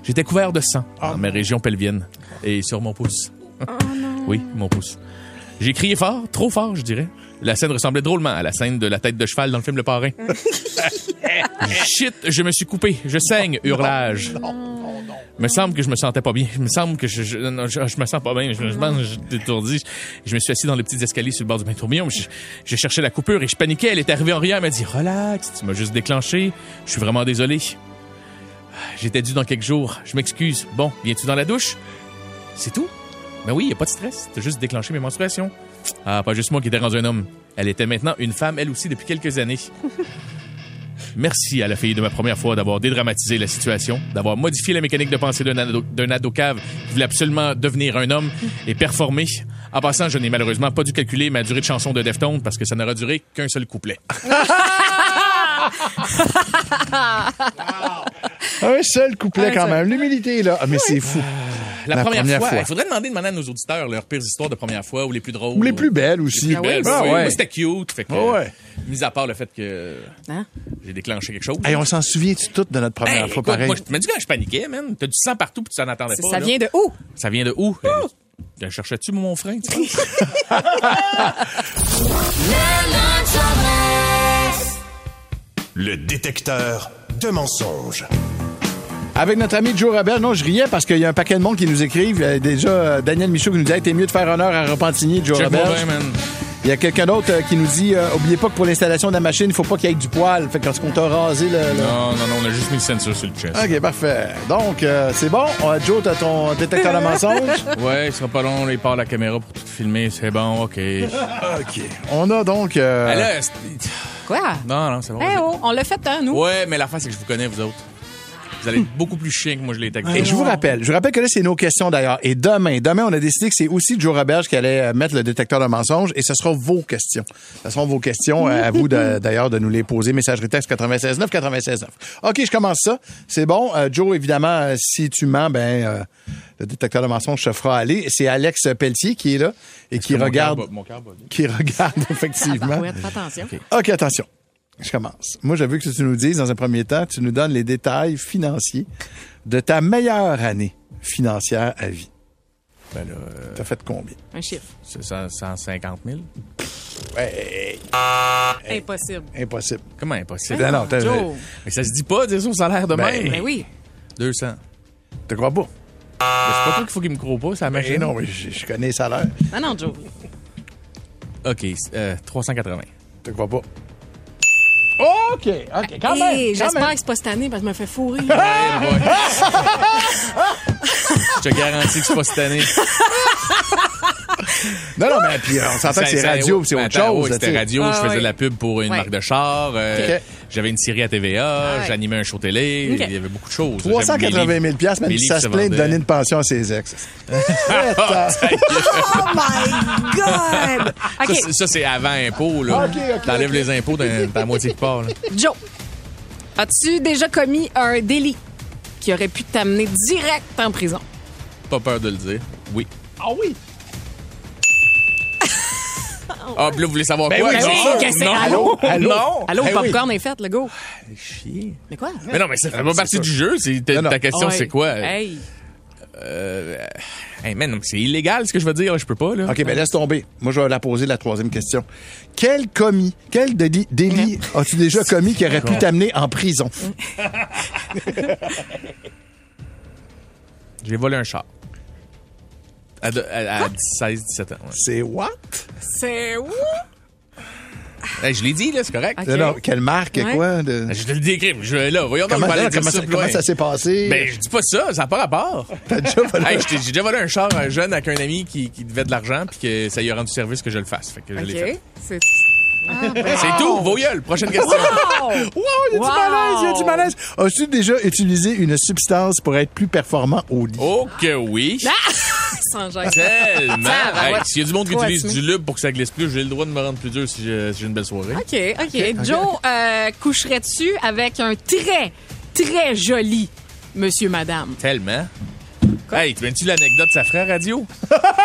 [SPEAKER 5] j'étais couvert de sang dans mes régions pelviennes et sur mon pouce. oui, mon pouce. J'ai crié fort, trop fort, je dirais. La scène ressemblait drôlement à la scène de la tête de cheval dans le film Le Parrain. Shit, je me suis coupé, je saigne, hurlage. Me semble que je me sentais pas bien. Me semble que je, je, non, je, je me sens pas bien. Je, je pense que je suis étourdi. Je, je me suis assis dans les petits escaliers sur le bord du bain tourbillon. Je, je cherchais la coupure et je paniquais. Elle est arrivée en riant. Elle m'a dit Relax, tu m'as juste déclenché. Je suis vraiment désolé. J'étais dû dans quelques jours. Je m'excuse. Bon, viens-tu dans la douche C'est tout Ben oui, y a pas de stress. T'as juste déclenché mes menstruations. Ah, pas juste moi qui étais rendu un homme. Elle était maintenant une femme, elle aussi, depuis quelques années. Merci à la fille de ma première fois d'avoir dédramatisé la situation, d'avoir modifié la mécanique de pensée d'un ado, d'un ado cave qui voulait absolument devenir un homme et performer. En passant, je n'ai malheureusement pas dû calculer ma durée de chanson de Deftones parce que ça n'aura duré qu'un seul couplet. Ah,
[SPEAKER 3] Un seul couplet
[SPEAKER 5] Un
[SPEAKER 3] quand
[SPEAKER 5] seul.
[SPEAKER 3] même. L'humilité, là. Ah, mais c'est fou.
[SPEAKER 5] La, première, fois, il faudrait demander, demander à nos auditeurs leurs pires histoires de première fois ou les plus drôles.
[SPEAKER 3] Ou les plus belles aussi.
[SPEAKER 5] Les plus belles,
[SPEAKER 3] Ah
[SPEAKER 5] oui.
[SPEAKER 3] ouais.
[SPEAKER 5] Moi, c'était cute. Fait que,
[SPEAKER 3] Ah ouais.
[SPEAKER 5] Mis à part le fait que
[SPEAKER 4] Hein?
[SPEAKER 5] j'ai déclenché quelque chose.
[SPEAKER 3] Hey, on s'en souvient-tu toutes de notre
[SPEAKER 5] Hey,
[SPEAKER 3] première fois,
[SPEAKER 5] écoute,
[SPEAKER 3] pareil?
[SPEAKER 5] Moi, je me dis quand je paniquais, man. T'as du sang partout puis tu t'en attendais pas.
[SPEAKER 4] Ça
[SPEAKER 5] là.
[SPEAKER 4] vient Oh! de où?
[SPEAKER 5] Ça vient de où? Euh, je Cherchais-tu mon frein? tu penses?
[SPEAKER 2] Le détecteur de mensonges.
[SPEAKER 3] Avec notre ami Joe Robert, non, je riais parce qu'il y a un paquet de monde qui nous écrivent. Euh, Déjà, euh, Daniel Michaud qui nous dit Hey, T'es mieux de faire honneur à Repentigny, Joe
[SPEAKER 5] Check
[SPEAKER 3] Robert.
[SPEAKER 5] mon vin, man.
[SPEAKER 3] Il y a quelqu'un d'autre euh, qui nous dit euh, Oubliez pas que pour l'installation de la machine, il faut pas qu'il y ait du poil. Fait que lorsqu'on t'a rasé le. le-
[SPEAKER 5] Non, non, non, on a juste mis le censure sur le chest.
[SPEAKER 3] OK, parfait. Donc, euh, c'est bon. Euh, Joe, t'as ton détecteur de mensonges.
[SPEAKER 5] Ouais, il sera pas long, là, il part la caméra pour tout filmer, c'est bon, OK.
[SPEAKER 3] OK. On a donc. euh,
[SPEAKER 5] Ah là, c'est-
[SPEAKER 4] Quoi?
[SPEAKER 5] non, non, c'est bon.
[SPEAKER 4] Eh oh, on l'a fait, hein, nous?
[SPEAKER 5] Ouais, mais l'affaire, c'est que je vous connais, vous autres. Vous allez être beaucoup plus chiens que moi, je l'ai tacté.
[SPEAKER 3] Hmm. Et je vous rappelle, je vous rappelle que là, c'est nos questions d'ailleurs. Et demain, demain, on a décidé que c'est aussi Joe Roberge qui allait euh, mettre le détecteur de mensonges et ce sera vos questions. Ce seront vos questions. euh, à vous de- d'ailleurs de nous les poser. Messagerie texte 969 969. OK, je commence ça. C'est bon. Euh, Joe, évidemment, euh, si tu mens, ben, euh, le détecteur de mensonges se fera aller. C'est Alex Pelletier qui est là et qui
[SPEAKER 5] Mon cœur
[SPEAKER 3] regarde,
[SPEAKER 5] bat- Mon cœur bat.
[SPEAKER 3] qui regarde effectivement.
[SPEAKER 4] bah, Ouais, fais attention.
[SPEAKER 3] OK, attention. Je commence. Moi, j'ai vu que tu nous dises, dans un premier temps, tu nous donnes les détails financiers de ta meilleure année financière à vie.
[SPEAKER 5] Ben là,
[SPEAKER 3] T'as fait combien?
[SPEAKER 4] Un chiffre.
[SPEAKER 5] c'est cent- 150 000.
[SPEAKER 4] Impossible.
[SPEAKER 3] Impossible.
[SPEAKER 5] Comment impossible?
[SPEAKER 3] Ben Non, non, t'as-
[SPEAKER 4] Joe.
[SPEAKER 5] Mais ça se dit pas, dire son salaire de
[SPEAKER 3] Ben,
[SPEAKER 5] même.
[SPEAKER 4] Ben oui.
[SPEAKER 5] 200. Mais
[SPEAKER 3] te crois pas?
[SPEAKER 5] c'est pas toi qu'il faut qu'il me croit pas, ça machine.
[SPEAKER 3] Eh non, mais je, je connais les salaires.
[SPEAKER 4] Non, non, Joe.
[SPEAKER 5] OK, euh, 380.
[SPEAKER 3] Te crois pas? OK, OK, quand même.
[SPEAKER 4] Hey,
[SPEAKER 3] quand
[SPEAKER 4] J'espère
[SPEAKER 3] même.
[SPEAKER 4] que c'est pas cette année parce que je me fais fourrer.
[SPEAKER 5] Oh Je te garantis que c'est pas cette année.
[SPEAKER 3] Non, non, mais puis, euh, on s'entend que c'est radio, puis c'est
[SPEAKER 5] Mais
[SPEAKER 3] autre
[SPEAKER 5] attends,
[SPEAKER 3] chose.
[SPEAKER 5] ouais,
[SPEAKER 3] là, tu
[SPEAKER 5] ben, C'était
[SPEAKER 3] sais.
[SPEAKER 5] radio,
[SPEAKER 4] Ah,
[SPEAKER 5] je faisais
[SPEAKER 4] ouais.
[SPEAKER 5] de la pub pour une
[SPEAKER 4] Ouais.
[SPEAKER 5] marque de char, euh,
[SPEAKER 3] Ok.
[SPEAKER 5] j'avais une série à TVA,
[SPEAKER 4] Ah, ouais.
[SPEAKER 5] j'animais un show télé,
[SPEAKER 4] Ok.
[SPEAKER 5] il y avait beaucoup de choses.
[SPEAKER 3] 380 000 piastres, même
[SPEAKER 5] Mes
[SPEAKER 3] si
[SPEAKER 5] livres
[SPEAKER 3] ça se
[SPEAKER 5] se
[SPEAKER 3] plaint de
[SPEAKER 5] vendaient.
[SPEAKER 3] donner une pension à ses ex.
[SPEAKER 4] Oh my God!
[SPEAKER 5] Ça,
[SPEAKER 4] OK,
[SPEAKER 5] c'est- Ça, c'est avant impôt, là.
[SPEAKER 3] Ah, ok, ok,
[SPEAKER 5] T'enlèves
[SPEAKER 3] ok.
[SPEAKER 5] les impôts d'un- t'as la moitié qui part, là.
[SPEAKER 4] Joe, as-tu déjà commis un délit qui aurait pu t'amener direct en prison?
[SPEAKER 5] Pas peur de le dire. Oui.
[SPEAKER 3] Ah oui?
[SPEAKER 5] Ah, puis là, vous voulez savoir
[SPEAKER 3] Ben
[SPEAKER 5] quoi?
[SPEAKER 3] oui,
[SPEAKER 5] Non,
[SPEAKER 3] ben oui,
[SPEAKER 4] qu'est-ce que c'est?
[SPEAKER 5] non.
[SPEAKER 4] Allô?
[SPEAKER 3] Allô?
[SPEAKER 5] Non.
[SPEAKER 4] Allô,
[SPEAKER 3] Eh oui.
[SPEAKER 4] popcorn est fait, le go.
[SPEAKER 5] Chier.
[SPEAKER 4] Mais quoi?
[SPEAKER 5] Mais non, mais ça fait pas partie du jeu. c'est- Ta,
[SPEAKER 3] Non, non.
[SPEAKER 5] ta question,
[SPEAKER 4] Ouais.
[SPEAKER 5] c'est quoi?
[SPEAKER 4] Hey,
[SPEAKER 5] Hey, man, c'est illégal ce que je veux dire. Je peux pas, là.
[SPEAKER 3] OK, ben laisse tomber. Moi, je vais la poser la troisième question. Quel commis, quel déli- délit as-tu déjà commis qui aurait pu t'amener en prison?
[SPEAKER 4] Mm.
[SPEAKER 5] J'ai volé un char. À, de- à- à 16, 17 ans. ouais.
[SPEAKER 3] C'est what?
[SPEAKER 4] c'est où?
[SPEAKER 5] Hey, je l'ai dit, là, c'est correct.
[SPEAKER 4] Ok.
[SPEAKER 3] Non, non, quelle marque,
[SPEAKER 4] Ouais.
[SPEAKER 3] quoi? de-
[SPEAKER 5] Je te le décris. Je vais là. Voyons donc,
[SPEAKER 3] Comment,
[SPEAKER 5] je vais aller
[SPEAKER 3] non,
[SPEAKER 5] dire
[SPEAKER 3] comment ça,
[SPEAKER 5] ça,
[SPEAKER 3] comment
[SPEAKER 5] ouais.
[SPEAKER 3] ça s'est passé?
[SPEAKER 5] Ben, je dis pas ça, ça n'a pas rapport.
[SPEAKER 3] T'as déjà volé-
[SPEAKER 5] hey, je t'ai- j'ai déjà volé un char à un jeune avec un ami qui, qui devait de l'argent, puis que ça lui a rendu service que je le fasse. Fait que je l'ai fait.
[SPEAKER 4] OK. C'est...
[SPEAKER 5] C'est tout, voyeul. Prochaine question.
[SPEAKER 3] Wow, il y a du
[SPEAKER 4] Wow.
[SPEAKER 3] malaise, il y a du malaise. As-tu déjà utilisé une substance pour être plus performant au lit?
[SPEAKER 5] Oh que oui.
[SPEAKER 4] Sans gêne.
[SPEAKER 5] Tellement.
[SPEAKER 4] Ah! Ça va,
[SPEAKER 5] Hey,
[SPEAKER 4] ouais.
[SPEAKER 5] S'il y a du monde qui
[SPEAKER 4] Trop
[SPEAKER 5] utilise
[SPEAKER 4] assumé.
[SPEAKER 5] du lube pour que ça glisse plus, j'ai le droit de me rendre plus dur si j'ai si j'ai une belle soirée.
[SPEAKER 4] OK, OK. Joe, euh, coucherais-tu avec un très, très joli monsieur, madame?
[SPEAKER 5] Tellement. Hey, tu viens-tu l'anecdote, ça ferait à radio?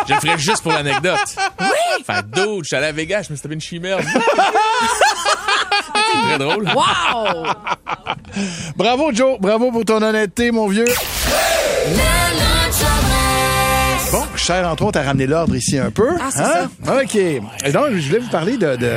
[SPEAKER 5] je le ferais juste pour l'anecdote. Oui! Fait d'autres, je suis allé à Vegas, je me suis tapé une chimère. Très drôle.
[SPEAKER 4] Wow!
[SPEAKER 3] Bravo, Joe. Bravo pour ton honnêteté, mon vieux. Bon, cher entre autres, à ramener l'ordre ici un peu.
[SPEAKER 4] Ah, c'est
[SPEAKER 3] ça. OK. Et donc, je voulais vous parler de, de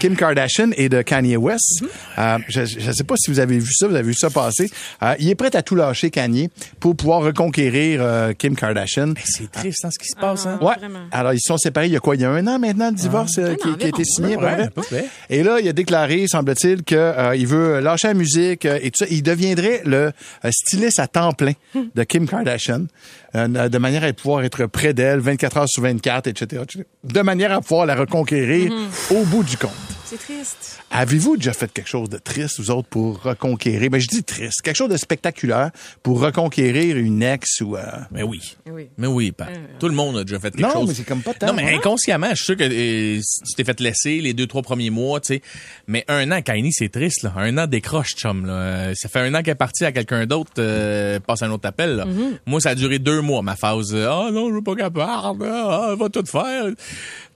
[SPEAKER 3] Kim Kardashian et de Kanye West.
[SPEAKER 5] Mm-hmm.
[SPEAKER 3] Euh, je ne sais pas si vous avez vu ça, vous avez vu ça passer. Euh, il est prêt à tout lâcher, Kanye, pour pouvoir reconquérir euh, Kim Kardashian. Ah.
[SPEAKER 5] C'est triste, hein, ce qui se passe, hein? Ah,
[SPEAKER 3] Ouais.
[SPEAKER 4] Vraiment.
[SPEAKER 3] Alors, ils se sont séparés il y a quoi? Il y a un an maintenant, le divorce euh,
[SPEAKER 4] an
[SPEAKER 3] qui, qui a été
[SPEAKER 4] environ.
[SPEAKER 3] signé.
[SPEAKER 5] Ouais,
[SPEAKER 3] à peu
[SPEAKER 5] à peu près.
[SPEAKER 3] Et là, il a déclaré, semble-t-il, que euh, il veut lâcher la musique euh, et tout ça. Il deviendrait le euh, styliste à temps plein de Kim Kardashian, euh, de manière à pouvoir être près d'elle 24 heures sur 24, etc. De manière à pouvoir la reconquérir
[SPEAKER 5] Mm-hmm.
[SPEAKER 3] au bout du compte.
[SPEAKER 4] C'est triste.
[SPEAKER 3] Avez-vous déjà fait quelque chose de triste, vous autres, pour reconquérir? Ben, je dis triste. Quelque chose de spectaculaire pour reconquérir une ex ou... euh,
[SPEAKER 5] Mais oui.
[SPEAKER 4] Oui.
[SPEAKER 5] Mais oui, Pat. Tout le monde a déjà fait quelque
[SPEAKER 3] Non,
[SPEAKER 5] chose.
[SPEAKER 3] mais c'est comme pas tant,
[SPEAKER 5] Non, mais
[SPEAKER 3] hein?
[SPEAKER 5] inconsciemment, je suis sûr que euh, tu t'es fait laisser les deux, trois premiers mois, tu sais. Mais un an, Kanye, c'est triste, là. Un an décroche, chum, là. Euh, Ça fait un an qu'elle est partie à quelqu'un d'autre, euh, passe un autre appel, là. Moi, ça a duré deux mois, ma phase. euh, Ah non, je veux pas qu'elle parte. Ah, elle va tout faire.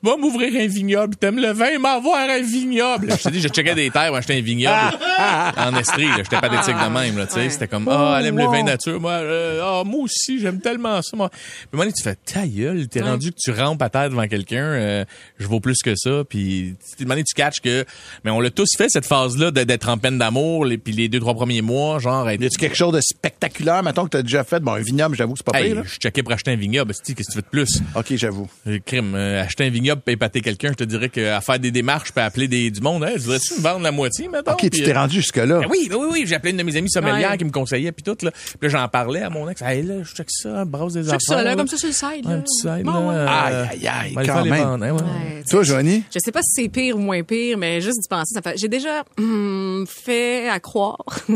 [SPEAKER 5] Va m'ouvrir un vignoble. T'aimes le vin? M'avoir un vignoble. vignoble. Je te dis, je checkais des terres, moi, j'étais un vignoble en Estrie. là. J'étais pas d'éthique de même. Là, tu sais. C'était comme, ah, elle aime le vin nature. Moi, euh, ah, moi aussi, j'aime tellement ça. Moi. Puis, à un moment donné, tu fais, ta gueule, t'es
[SPEAKER 9] Ouais.
[SPEAKER 5] rendu que tu rampes à terre devant quelqu'un, euh, je vaux plus que ça. Puis, à un moment donné, tu catches que, mais on l'a tous fait, cette phase-là, de- d'être en peine d'amour, les- puis les deux, trois premiers mois, genre, être
[SPEAKER 3] Y a-tu quelque chose de spectaculaire, mettons, que t'as déjà fait? Bon, un vignoble, j'avoue, c'est pas
[SPEAKER 5] Hey,
[SPEAKER 3] pire, là.
[SPEAKER 5] je checkais pour acheter un vignoble. c'est-tu, Qu'est-ce que tu veux de plus?
[SPEAKER 3] OK, j'avoue.
[SPEAKER 5] Euh, Crime, euh, acheter un vignoble, puis épater quelqu'un, je te dirais qu'à faire des démarches, puis appeler des, du monde, hein, Hey, voudrais-tu me vendre la moitié, maintenant?
[SPEAKER 3] OK, tu t'es rendu jusque-là.
[SPEAKER 5] Ben oui, ben oui, oui. J'ai appelé une de mes amies sommelières
[SPEAKER 4] Ouais.
[SPEAKER 5] qui me conseillait, puis tout. Là. Puis là, j'en parlais à mon ex. Hey, là, je check ça, brasse des
[SPEAKER 4] Check
[SPEAKER 5] affaires.
[SPEAKER 4] ça, là, comme ça, sur le side.
[SPEAKER 5] Ouais,
[SPEAKER 4] là.
[SPEAKER 5] un petit side,
[SPEAKER 4] Bon, ouais.
[SPEAKER 5] là. euh,
[SPEAKER 3] Aïe, aïe, aïe,
[SPEAKER 5] on va aller
[SPEAKER 3] quand
[SPEAKER 5] faire les
[SPEAKER 3] même.
[SPEAKER 5] ventes, hein, ouais.
[SPEAKER 4] Ouais, tu
[SPEAKER 3] Toi, Johnny?
[SPEAKER 4] Je sais pas si c'est pire ou moins pire, mais juste d'y penser, ça fait. J'ai déjà hum, fait à croire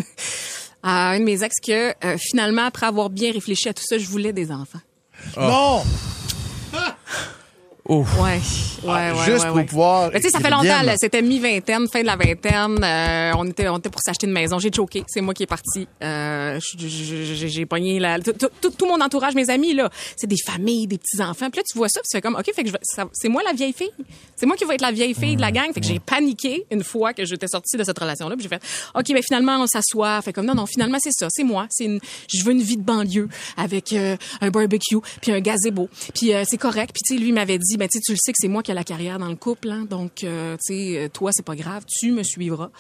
[SPEAKER 4] à un de mes ex que euh, finalement, après avoir bien réfléchi à tout ça, je voulais des enfants. Ah.
[SPEAKER 3] Non!
[SPEAKER 4] Ouais, ouais, ouais,
[SPEAKER 3] Ah, juste
[SPEAKER 4] ouais,
[SPEAKER 3] pour
[SPEAKER 4] ouais.
[SPEAKER 3] pouvoir
[SPEAKER 4] Mais tu sais, ça fait
[SPEAKER 3] écrire
[SPEAKER 4] longtemps.
[SPEAKER 3] bien,
[SPEAKER 4] là.
[SPEAKER 3] là.
[SPEAKER 4] C'était mi-vingtaine, fin de la vingtaine. euh, on était, on était pour s'acheter une maison. J'ai choqué. C'est moi qui est parti. Euh, je- je- je- j'ai j'ai pogné la. Tout, tout- tout- tout mon entourage, mes amis là, c'est des familles, des petits enfants. Puis là, tu vois ça, puis tu fais comme, ok, fait que je vais- ça- c'est moi la vieille fille. C'est moi qui vais être la vieille fille de
[SPEAKER 3] Mmh.
[SPEAKER 4] la gang. Fait que j'ai paniqué une fois que j'étais sortie de cette relation là. Puis j'ai fait, ok, mais finalement on s'assoit. Fait comme non, non, finalement c'est ça, c'est moi. C'est une, je veux une vie de banlieue avec euh, un barbecue puis un gazebo. Puis euh, c'est correct. Puis tu sais, lui m'avait dit, ben tu sais, tu le sais que c'est moi qui ai la carrière dans le couple, hein, donc euh, tu sais, euh, toi c'est pas grave, tu me suivras.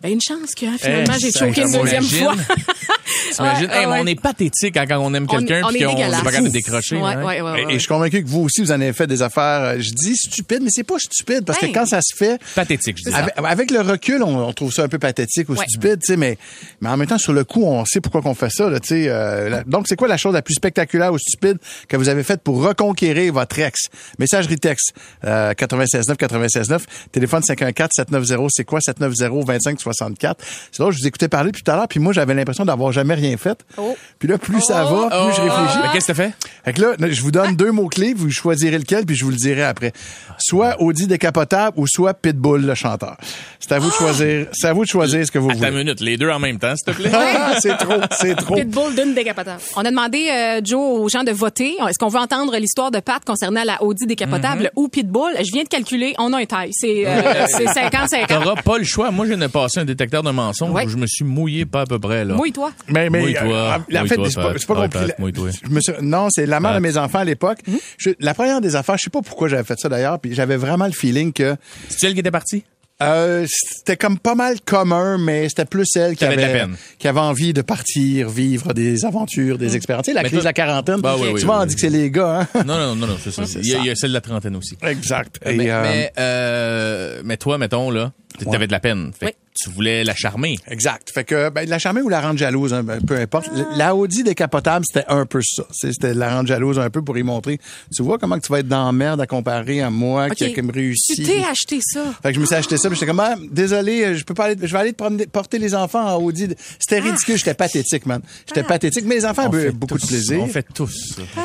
[SPEAKER 4] Ben une chance que hein, finalement
[SPEAKER 5] Eh,
[SPEAKER 4] j'ai
[SPEAKER 5] ça,
[SPEAKER 4] choqué une
[SPEAKER 5] ça,
[SPEAKER 4] deuxième
[SPEAKER 5] imagine.
[SPEAKER 4] fois.
[SPEAKER 5] T'imagines?
[SPEAKER 4] Ouais,
[SPEAKER 5] Hey,
[SPEAKER 4] ouais.
[SPEAKER 5] mais on est pathétique hein, quand on aime
[SPEAKER 4] On-
[SPEAKER 5] quelqu'un,
[SPEAKER 4] on
[SPEAKER 5] puis
[SPEAKER 4] est
[SPEAKER 5] qu'on n'est pas
[SPEAKER 4] dégueulasse.
[SPEAKER 5] capable de décrocher.
[SPEAKER 4] Ouais,
[SPEAKER 5] là, hein.
[SPEAKER 4] ouais, ouais, ouais,
[SPEAKER 3] Et, et
[SPEAKER 4] ouais.
[SPEAKER 3] je suis convaincu que vous aussi, vous en avez fait des affaires, euh, je dis stupides, mais c'est pas stupide, parce
[SPEAKER 4] Hey.
[SPEAKER 3] que quand ça se fait,
[SPEAKER 5] Pathétique, je dis.
[SPEAKER 3] Avec, avec le recul, on, on trouve ça un peu pathétique ou
[SPEAKER 4] Ouais.
[SPEAKER 3] stupide, tu sais, mais, mais en même temps, sur le coup, on sait pourquoi qu'on fait ça. Là, tu sais, euh, la- donc, c'est quoi la chose la plus spectaculaire ou stupide que vous avez faite pour reconquérir votre ex? Messagerie texte euh, 969 969 téléphone 514 790 c'est quoi 790 2564. C'est là je vous écoutais parler depuis tout à l'heure, puis moi j'avais l'impression d'avoir jamais rien fait.
[SPEAKER 4] Oh.
[SPEAKER 3] Puis là, plus ça va, plus
[SPEAKER 5] Oh.
[SPEAKER 3] je réfléchis.
[SPEAKER 5] Mais qu'est-ce que t'as fait?
[SPEAKER 3] Fait que là, je vous donne deux mots-clés, vous choisirez lequel, puis je vous le dirai après. Soit Audi décapotable ou soit Pitbull, le chanteur. C'est à vous de choisir, c'est à vous de choisir ce que vous
[SPEAKER 5] Attends une
[SPEAKER 3] voulez.
[SPEAKER 5] minute, les deux en même temps, s'il te plaît.
[SPEAKER 3] Ah, c'est trop, c'est trop.
[SPEAKER 4] Pitbull d'une décapotable. On a demandé, euh, Joe, aux gens de voter. Est-ce qu'on veut entendre l'histoire de Pat concernant la Audi décapotable
[SPEAKER 3] Mm-hmm.
[SPEAKER 4] ou Pitbull? Je viens de calculer, on a un taille. C'est euh, c'est 50-50.
[SPEAKER 5] T'auras pas le choix. Moi, je n'ai passé un détecteur de mensonges
[SPEAKER 4] Ouais.
[SPEAKER 5] où je me suis mouillé pas à peu près. Là.
[SPEAKER 4] Mouille-toi.
[SPEAKER 3] Mais, mais,
[SPEAKER 5] Mouille-toi,
[SPEAKER 3] euh, en fait,
[SPEAKER 5] mouille-toi,
[SPEAKER 3] c'est pas,
[SPEAKER 5] Pat.
[SPEAKER 3] c'est pas
[SPEAKER 5] Ouais,
[SPEAKER 3] compliqué.
[SPEAKER 5] Pat, mouille-toi.
[SPEAKER 3] Je me suis- non, c'est la mère de
[SPEAKER 5] Pat.
[SPEAKER 3] mes enfants à l'époque. Je- La première des affaires, je sais pas pourquoi j'avais fait ça d'ailleurs, puis j'avais vraiment le feeling que
[SPEAKER 5] C'est elle qui était partie?
[SPEAKER 3] euh, c'était comme pas mal commun, mais c'était plus elle qui
[SPEAKER 5] T'avais
[SPEAKER 3] avait,
[SPEAKER 5] de la peine. Mm.
[SPEAKER 3] qui avait envie de partir, vivre des aventures, des expériences. Tu sais, la
[SPEAKER 5] Mais
[SPEAKER 3] crise de
[SPEAKER 5] toi-
[SPEAKER 3] la quarantaine,
[SPEAKER 5] Bah oui, oui,
[SPEAKER 3] souvent
[SPEAKER 5] oui,
[SPEAKER 3] on dit
[SPEAKER 5] oui.
[SPEAKER 3] que c'est les gars. Hein?
[SPEAKER 5] Non, non, non, non, c'est ça.
[SPEAKER 3] c'est
[SPEAKER 5] Il y, a,
[SPEAKER 3] ça.
[SPEAKER 5] il y a celle de la trentaine aussi.
[SPEAKER 3] Exact. Et,
[SPEAKER 5] mais,
[SPEAKER 3] euh,
[SPEAKER 5] mais, euh, mais toi, mettons, là, t- t'avais de la peine. Fait que
[SPEAKER 4] Oui.
[SPEAKER 5] tu voulais la charmer.
[SPEAKER 3] Exact. Fait que ben, de la charmer ou la rendre jalouse, hein, ben, peu importe.
[SPEAKER 5] Ah.
[SPEAKER 3] La- La Audi décapotable, c'était un peu ça. C'est- C'était de la rendre jalouse un peu pour y montrer. Tu vois comment que tu vas être dans la merde à comparer à moi qui a
[SPEAKER 4] Ok.
[SPEAKER 3] qui me réussi.
[SPEAKER 4] Tu t'es acheté ça.
[SPEAKER 3] Fait que je me suis acheté ça, puis j'étais comme ah, désolé, euh, je peux pas aller, je vais aller te prendre- porter les enfants en Audi. C'était ridicule, j'étais pathétique, man. J'étais pathétique. Mes enfants avaient beaucoup de
[SPEAKER 5] tous-
[SPEAKER 3] plaisir.
[SPEAKER 5] On fait tous. ça.
[SPEAKER 4] Ah.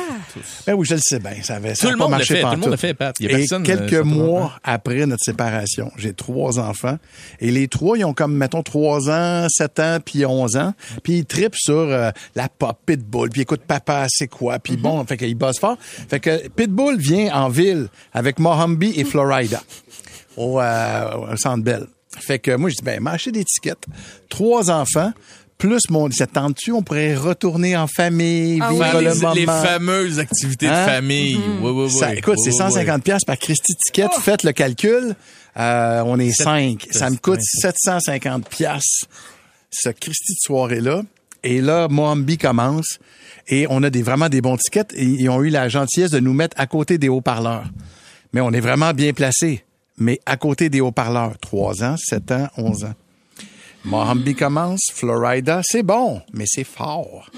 [SPEAKER 3] Ben oui, je le sais bien, ça avait ça
[SPEAKER 5] Tout
[SPEAKER 3] a
[SPEAKER 5] le
[SPEAKER 3] pas
[SPEAKER 5] monde le
[SPEAKER 3] marché
[SPEAKER 5] fait, tout le
[SPEAKER 3] pantoute.
[SPEAKER 5] monde le fait, Pat. Il y a
[SPEAKER 3] Et
[SPEAKER 5] personne, euh,
[SPEAKER 3] quelques
[SPEAKER 5] surtout,
[SPEAKER 3] mois après notre séparation, j'ai trois enfants et les trois ils ont comme mettons trois ans, sept ans puis 11 ans, puis ils tripent sur euh, la pop Pitbull, puis écoute papa, c'est quoi Puis
[SPEAKER 5] Mm-hmm.
[SPEAKER 3] bon, fait qu'ils bossent fort. Fait que Pitbull vient en ville avec Mohambi
[SPEAKER 5] Mm-hmm.
[SPEAKER 3] et Florida au, euh, au Centre Bell. Fait que moi, je dis, ben, m'acheter des tickets. Trois enfants, plus mon... Ils tu on pourrait retourner en famille, vivre
[SPEAKER 5] Faire
[SPEAKER 3] le moment.
[SPEAKER 5] Ah les, les fameuses activités
[SPEAKER 3] Hein?
[SPEAKER 5] de famille.
[SPEAKER 4] Mm-hmm.
[SPEAKER 5] Oui, oui, oui.
[SPEAKER 3] Ça, écoute,
[SPEAKER 5] Oui,
[SPEAKER 3] c'est
[SPEAKER 5] oui, oui.
[SPEAKER 3] 150 pièces par Christy Ticket. Faites le calcul. Euh, on est 5. Ça me coûte 750 pièces ce Christy de soirée-là. Et là, Mohambi commence. Et on a des, vraiment des bons tickets. Et ils ont eu la gentillesse de nous mettre à côté des haut-parleurs. Mais on est vraiment bien placés. Mais à côté des haut-parleurs. 3 ans, 7 ans, 11 ans. Mohambi commence. Florida, c'est bon, mais c'est fort.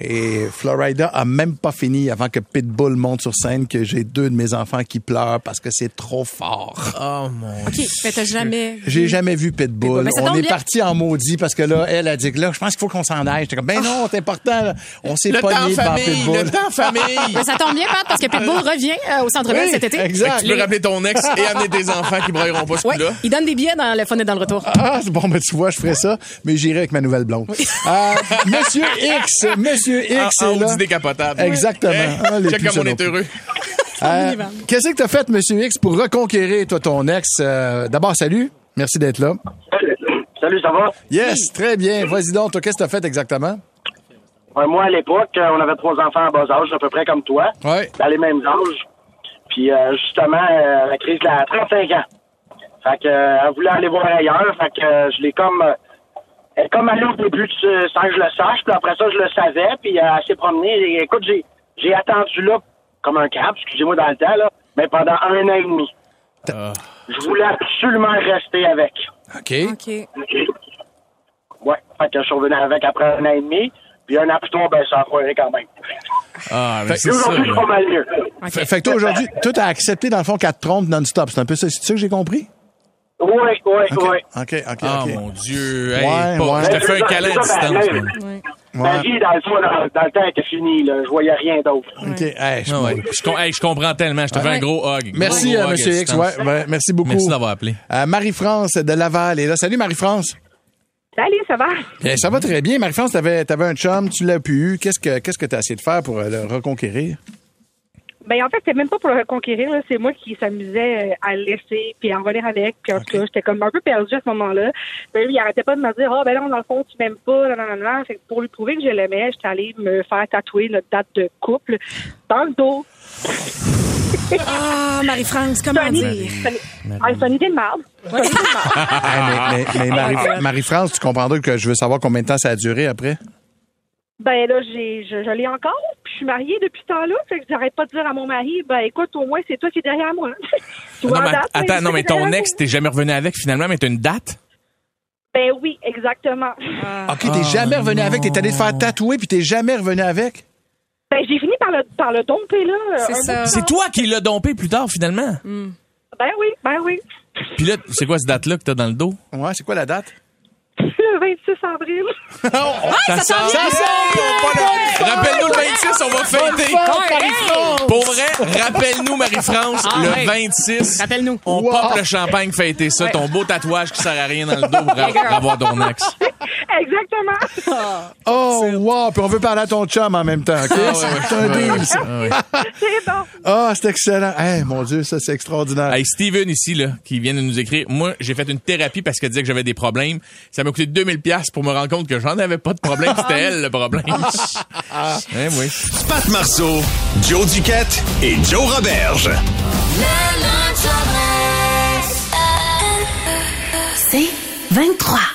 [SPEAKER 3] Et Florida a même pas fini avant que Pitbull monte sur scène que j'ai deux de mes enfants qui pleurent parce que c'est trop fort.
[SPEAKER 5] Oh mon
[SPEAKER 4] OK, mais t'as jamais...
[SPEAKER 3] Euh, J'ai jamais vu Pitbull.
[SPEAKER 4] Mais ça
[SPEAKER 3] On
[SPEAKER 4] tombe
[SPEAKER 3] est
[SPEAKER 4] bien.
[SPEAKER 3] parti en maudit parce que là, elle a dit que là, je pense qu'il faut qu'on s'en aille. J'étais comme, ben non, c'est important. là. On s'est
[SPEAKER 5] Le temps
[SPEAKER 3] pogné devant
[SPEAKER 5] famille,
[SPEAKER 3] Pitbull.
[SPEAKER 5] le temps famille.
[SPEAKER 4] Mais Ben, ça tombe bien, Pat, parce que Pitbull revient euh, au Centre Bell
[SPEAKER 3] Oui,
[SPEAKER 4] cet été.
[SPEAKER 3] exact.
[SPEAKER 5] Tu peux rappeler ton ex et amener tes enfants qui brailleront pas ce
[SPEAKER 4] Ouais,
[SPEAKER 5] coup-là.
[SPEAKER 4] il donne des billets dans le fun et dans le retour.
[SPEAKER 3] Ah, bon, ben tu vois, je ferais ça, mais j'irai avec ma nouvelle blonde. Euh, Monsieur X, Monsieur X
[SPEAKER 5] En- en
[SPEAKER 3] est là.
[SPEAKER 5] Ah, Audi décapotable.
[SPEAKER 3] Exactement.
[SPEAKER 5] Hey,
[SPEAKER 3] Ah, les
[SPEAKER 5] check
[SPEAKER 3] plus
[SPEAKER 5] comme on
[SPEAKER 3] non
[SPEAKER 5] est
[SPEAKER 3] plus.
[SPEAKER 5] heureux.
[SPEAKER 3] Euh, Qu'est-ce que t'as fait, Monsieur X, pour reconquérir, toi, ton ex? Euh, D'abord, salut. Merci d'être là.
[SPEAKER 10] Salut, ça va?
[SPEAKER 3] Yes, très bien. Vas-y donc, toi, qu'est-ce que t'as fait exactement?
[SPEAKER 10] Ouais, moi, à l'époque, euh, on avait trois enfants en bas âge, à peu près comme toi,
[SPEAKER 3] Ouais.
[SPEAKER 10] dans les mêmes âges. Puis, euh, justement, euh, la crise de la 35 ans. Fait que, euh, elle voulait aller voir ailleurs. Fait que, euh, je l'ai comme. euh, elle est comme allée au début de ce- sans que je le sache. Puis après ça, je le savais. Puis, euh, elle s'est promenée. Et, écoute, j'ai, j'ai attendu là, comme un cap, excusez-moi dans le temps, là, mais pendant un an et demi. Je voulais absolument rester avec.
[SPEAKER 3] OK.
[SPEAKER 11] OK.
[SPEAKER 10] Ouais. Fait que je suis revenu avec après un an et demi. Puis un an plus tard, ben, ça a foiré quand même.
[SPEAKER 5] Ah,
[SPEAKER 10] Fait- Aujourd'hui, je suis pas mal mieux.
[SPEAKER 3] Fait, fait que toi, aujourd'hui, toi, t'as accepté, dans le fond, qu'elle te trompe non-stop. C'est un peu ça, c'est ça que j'ai compris?
[SPEAKER 10] Oui, oui,
[SPEAKER 3] OK,
[SPEAKER 10] oui.
[SPEAKER 3] OK, OK.
[SPEAKER 5] Ah,
[SPEAKER 3] OK.
[SPEAKER 5] mon Dieu. Hey,
[SPEAKER 3] Ouais,
[SPEAKER 5] pas-
[SPEAKER 3] ouais.
[SPEAKER 5] Je te fais un câlin à distance. man.
[SPEAKER 10] Ma vie, dans le, fond, dans, dans le temps, était finie. Là. Je voyais rien d'autre.
[SPEAKER 3] OK, hey, je
[SPEAKER 5] Ah ouais. Je, com- hey, je comprends tellement. Je te fais un gros hug.
[SPEAKER 3] Merci,
[SPEAKER 5] Gros
[SPEAKER 3] euh,
[SPEAKER 5] hug à
[SPEAKER 3] Monsieur X.
[SPEAKER 5] distance.
[SPEAKER 3] Ouais, ouais, merci beaucoup.
[SPEAKER 5] Merci d'avoir appelé.
[SPEAKER 3] Euh, Marie-France de Laval est là. Salut, Marie-France.
[SPEAKER 4] Salut, ça va?
[SPEAKER 3] Bien, ça va très bien. Marie-France, t'avais, avais un chum, tu l'as pu. Qu'est-ce que, qu'est-ce que t'as essayé de faire pour euh, le reconquérir?
[SPEAKER 4] Ben, en fait, c'est même pas pour le reconquérir, là. C'est moi qui s'amusais euh, à le laisser, puis à en revenir avec. Puis en tout cas, j'étais comme un peu perdue à ce moment-là. Ben, lui, il arrêtait pas de me dire, ah, ben non, dans le fond, tu m'aimes pas, non, non, non, non. Fait que pour lui prouver que je l'aimais, j'étais allée me faire tatouer notre date de couple dans le dos.
[SPEAKER 11] Ah, Marie-France, comment dire?
[SPEAKER 4] Ah, c'est une idée de marde. C'est une idée de marde.
[SPEAKER 3] Ah, mais mais- mais Marie- Marie-France, tu comprendras que je veux savoir combien de temps ça a duré après?
[SPEAKER 4] Ben là, j'ai, je, je l'ai encore, puis je suis mariée depuis ce temps-là, fait que j'arrête pas de dire à mon mari, ben écoute, au moins c'est toi qui es derrière moi. Tu vois,
[SPEAKER 5] Non,
[SPEAKER 4] en
[SPEAKER 5] mais
[SPEAKER 4] date,
[SPEAKER 5] attends,
[SPEAKER 4] c'est-
[SPEAKER 5] non, mais
[SPEAKER 4] c'est derrière
[SPEAKER 5] ton
[SPEAKER 4] moi.
[SPEAKER 5] ex, t'es jamais revenu avec finalement, mais t'as une date?
[SPEAKER 4] Ben oui, exactement.
[SPEAKER 3] Ah. OK, t'es jamais revenu avec. T'es allé te faire tatouer puis t'es jamais revenu avec?
[SPEAKER 4] Ben j'ai fini par le, par le domper, là. un bout de
[SPEAKER 5] C'est
[SPEAKER 4] temps.
[SPEAKER 5] toi qui l'as dompé plus tard finalement.
[SPEAKER 4] Ben oui, ben oui.
[SPEAKER 5] Puis là, c'est quoi cette date-là que t'as dans le dos?
[SPEAKER 3] Ouais, c'est quoi la date?
[SPEAKER 4] Le 26 avril.
[SPEAKER 5] ça sent bien. Rappelle-nous le 26, on va fêter. Pour vrai, rappelle-nous, Marie-France,
[SPEAKER 11] Ah, ouais.
[SPEAKER 5] le 26.
[SPEAKER 11] Rappelle-nous.
[SPEAKER 5] On
[SPEAKER 11] Wow.
[SPEAKER 5] pop le champagne, fêter ça.
[SPEAKER 11] Ouais.
[SPEAKER 5] Ton beau tatouage qui sert à rien dans le dos pour
[SPEAKER 11] Yeah, girl.
[SPEAKER 5] avoir ton ex.
[SPEAKER 4] Exactement.
[SPEAKER 3] Oh, wow! Puis on veut parler à ton chum en même temps, OK?
[SPEAKER 5] Ah, ouais,
[SPEAKER 3] c'est
[SPEAKER 5] ouais,
[SPEAKER 3] un
[SPEAKER 5] ouais,
[SPEAKER 3] deal,
[SPEAKER 5] ouais,
[SPEAKER 3] ça.
[SPEAKER 5] ouais, ouais.
[SPEAKER 4] c'est bon.
[SPEAKER 3] Ah, c'est excellent. Hey, mon Dieu, ça, c'est extraordinaire.
[SPEAKER 5] Hey, Steven ici, là, qui vient de nous écrire. Moi, j'ai fait une thérapie parce qu'elle disait que j'avais des problèmes. Ça m'a coûté 2000 pièces pour me rendre compte que j'en avais pas de problème. C'était elle, le problème. Hein, oui.
[SPEAKER 12] Pat Marceau, Joe Duquette et Joe Roberge.
[SPEAKER 1] C'est 23.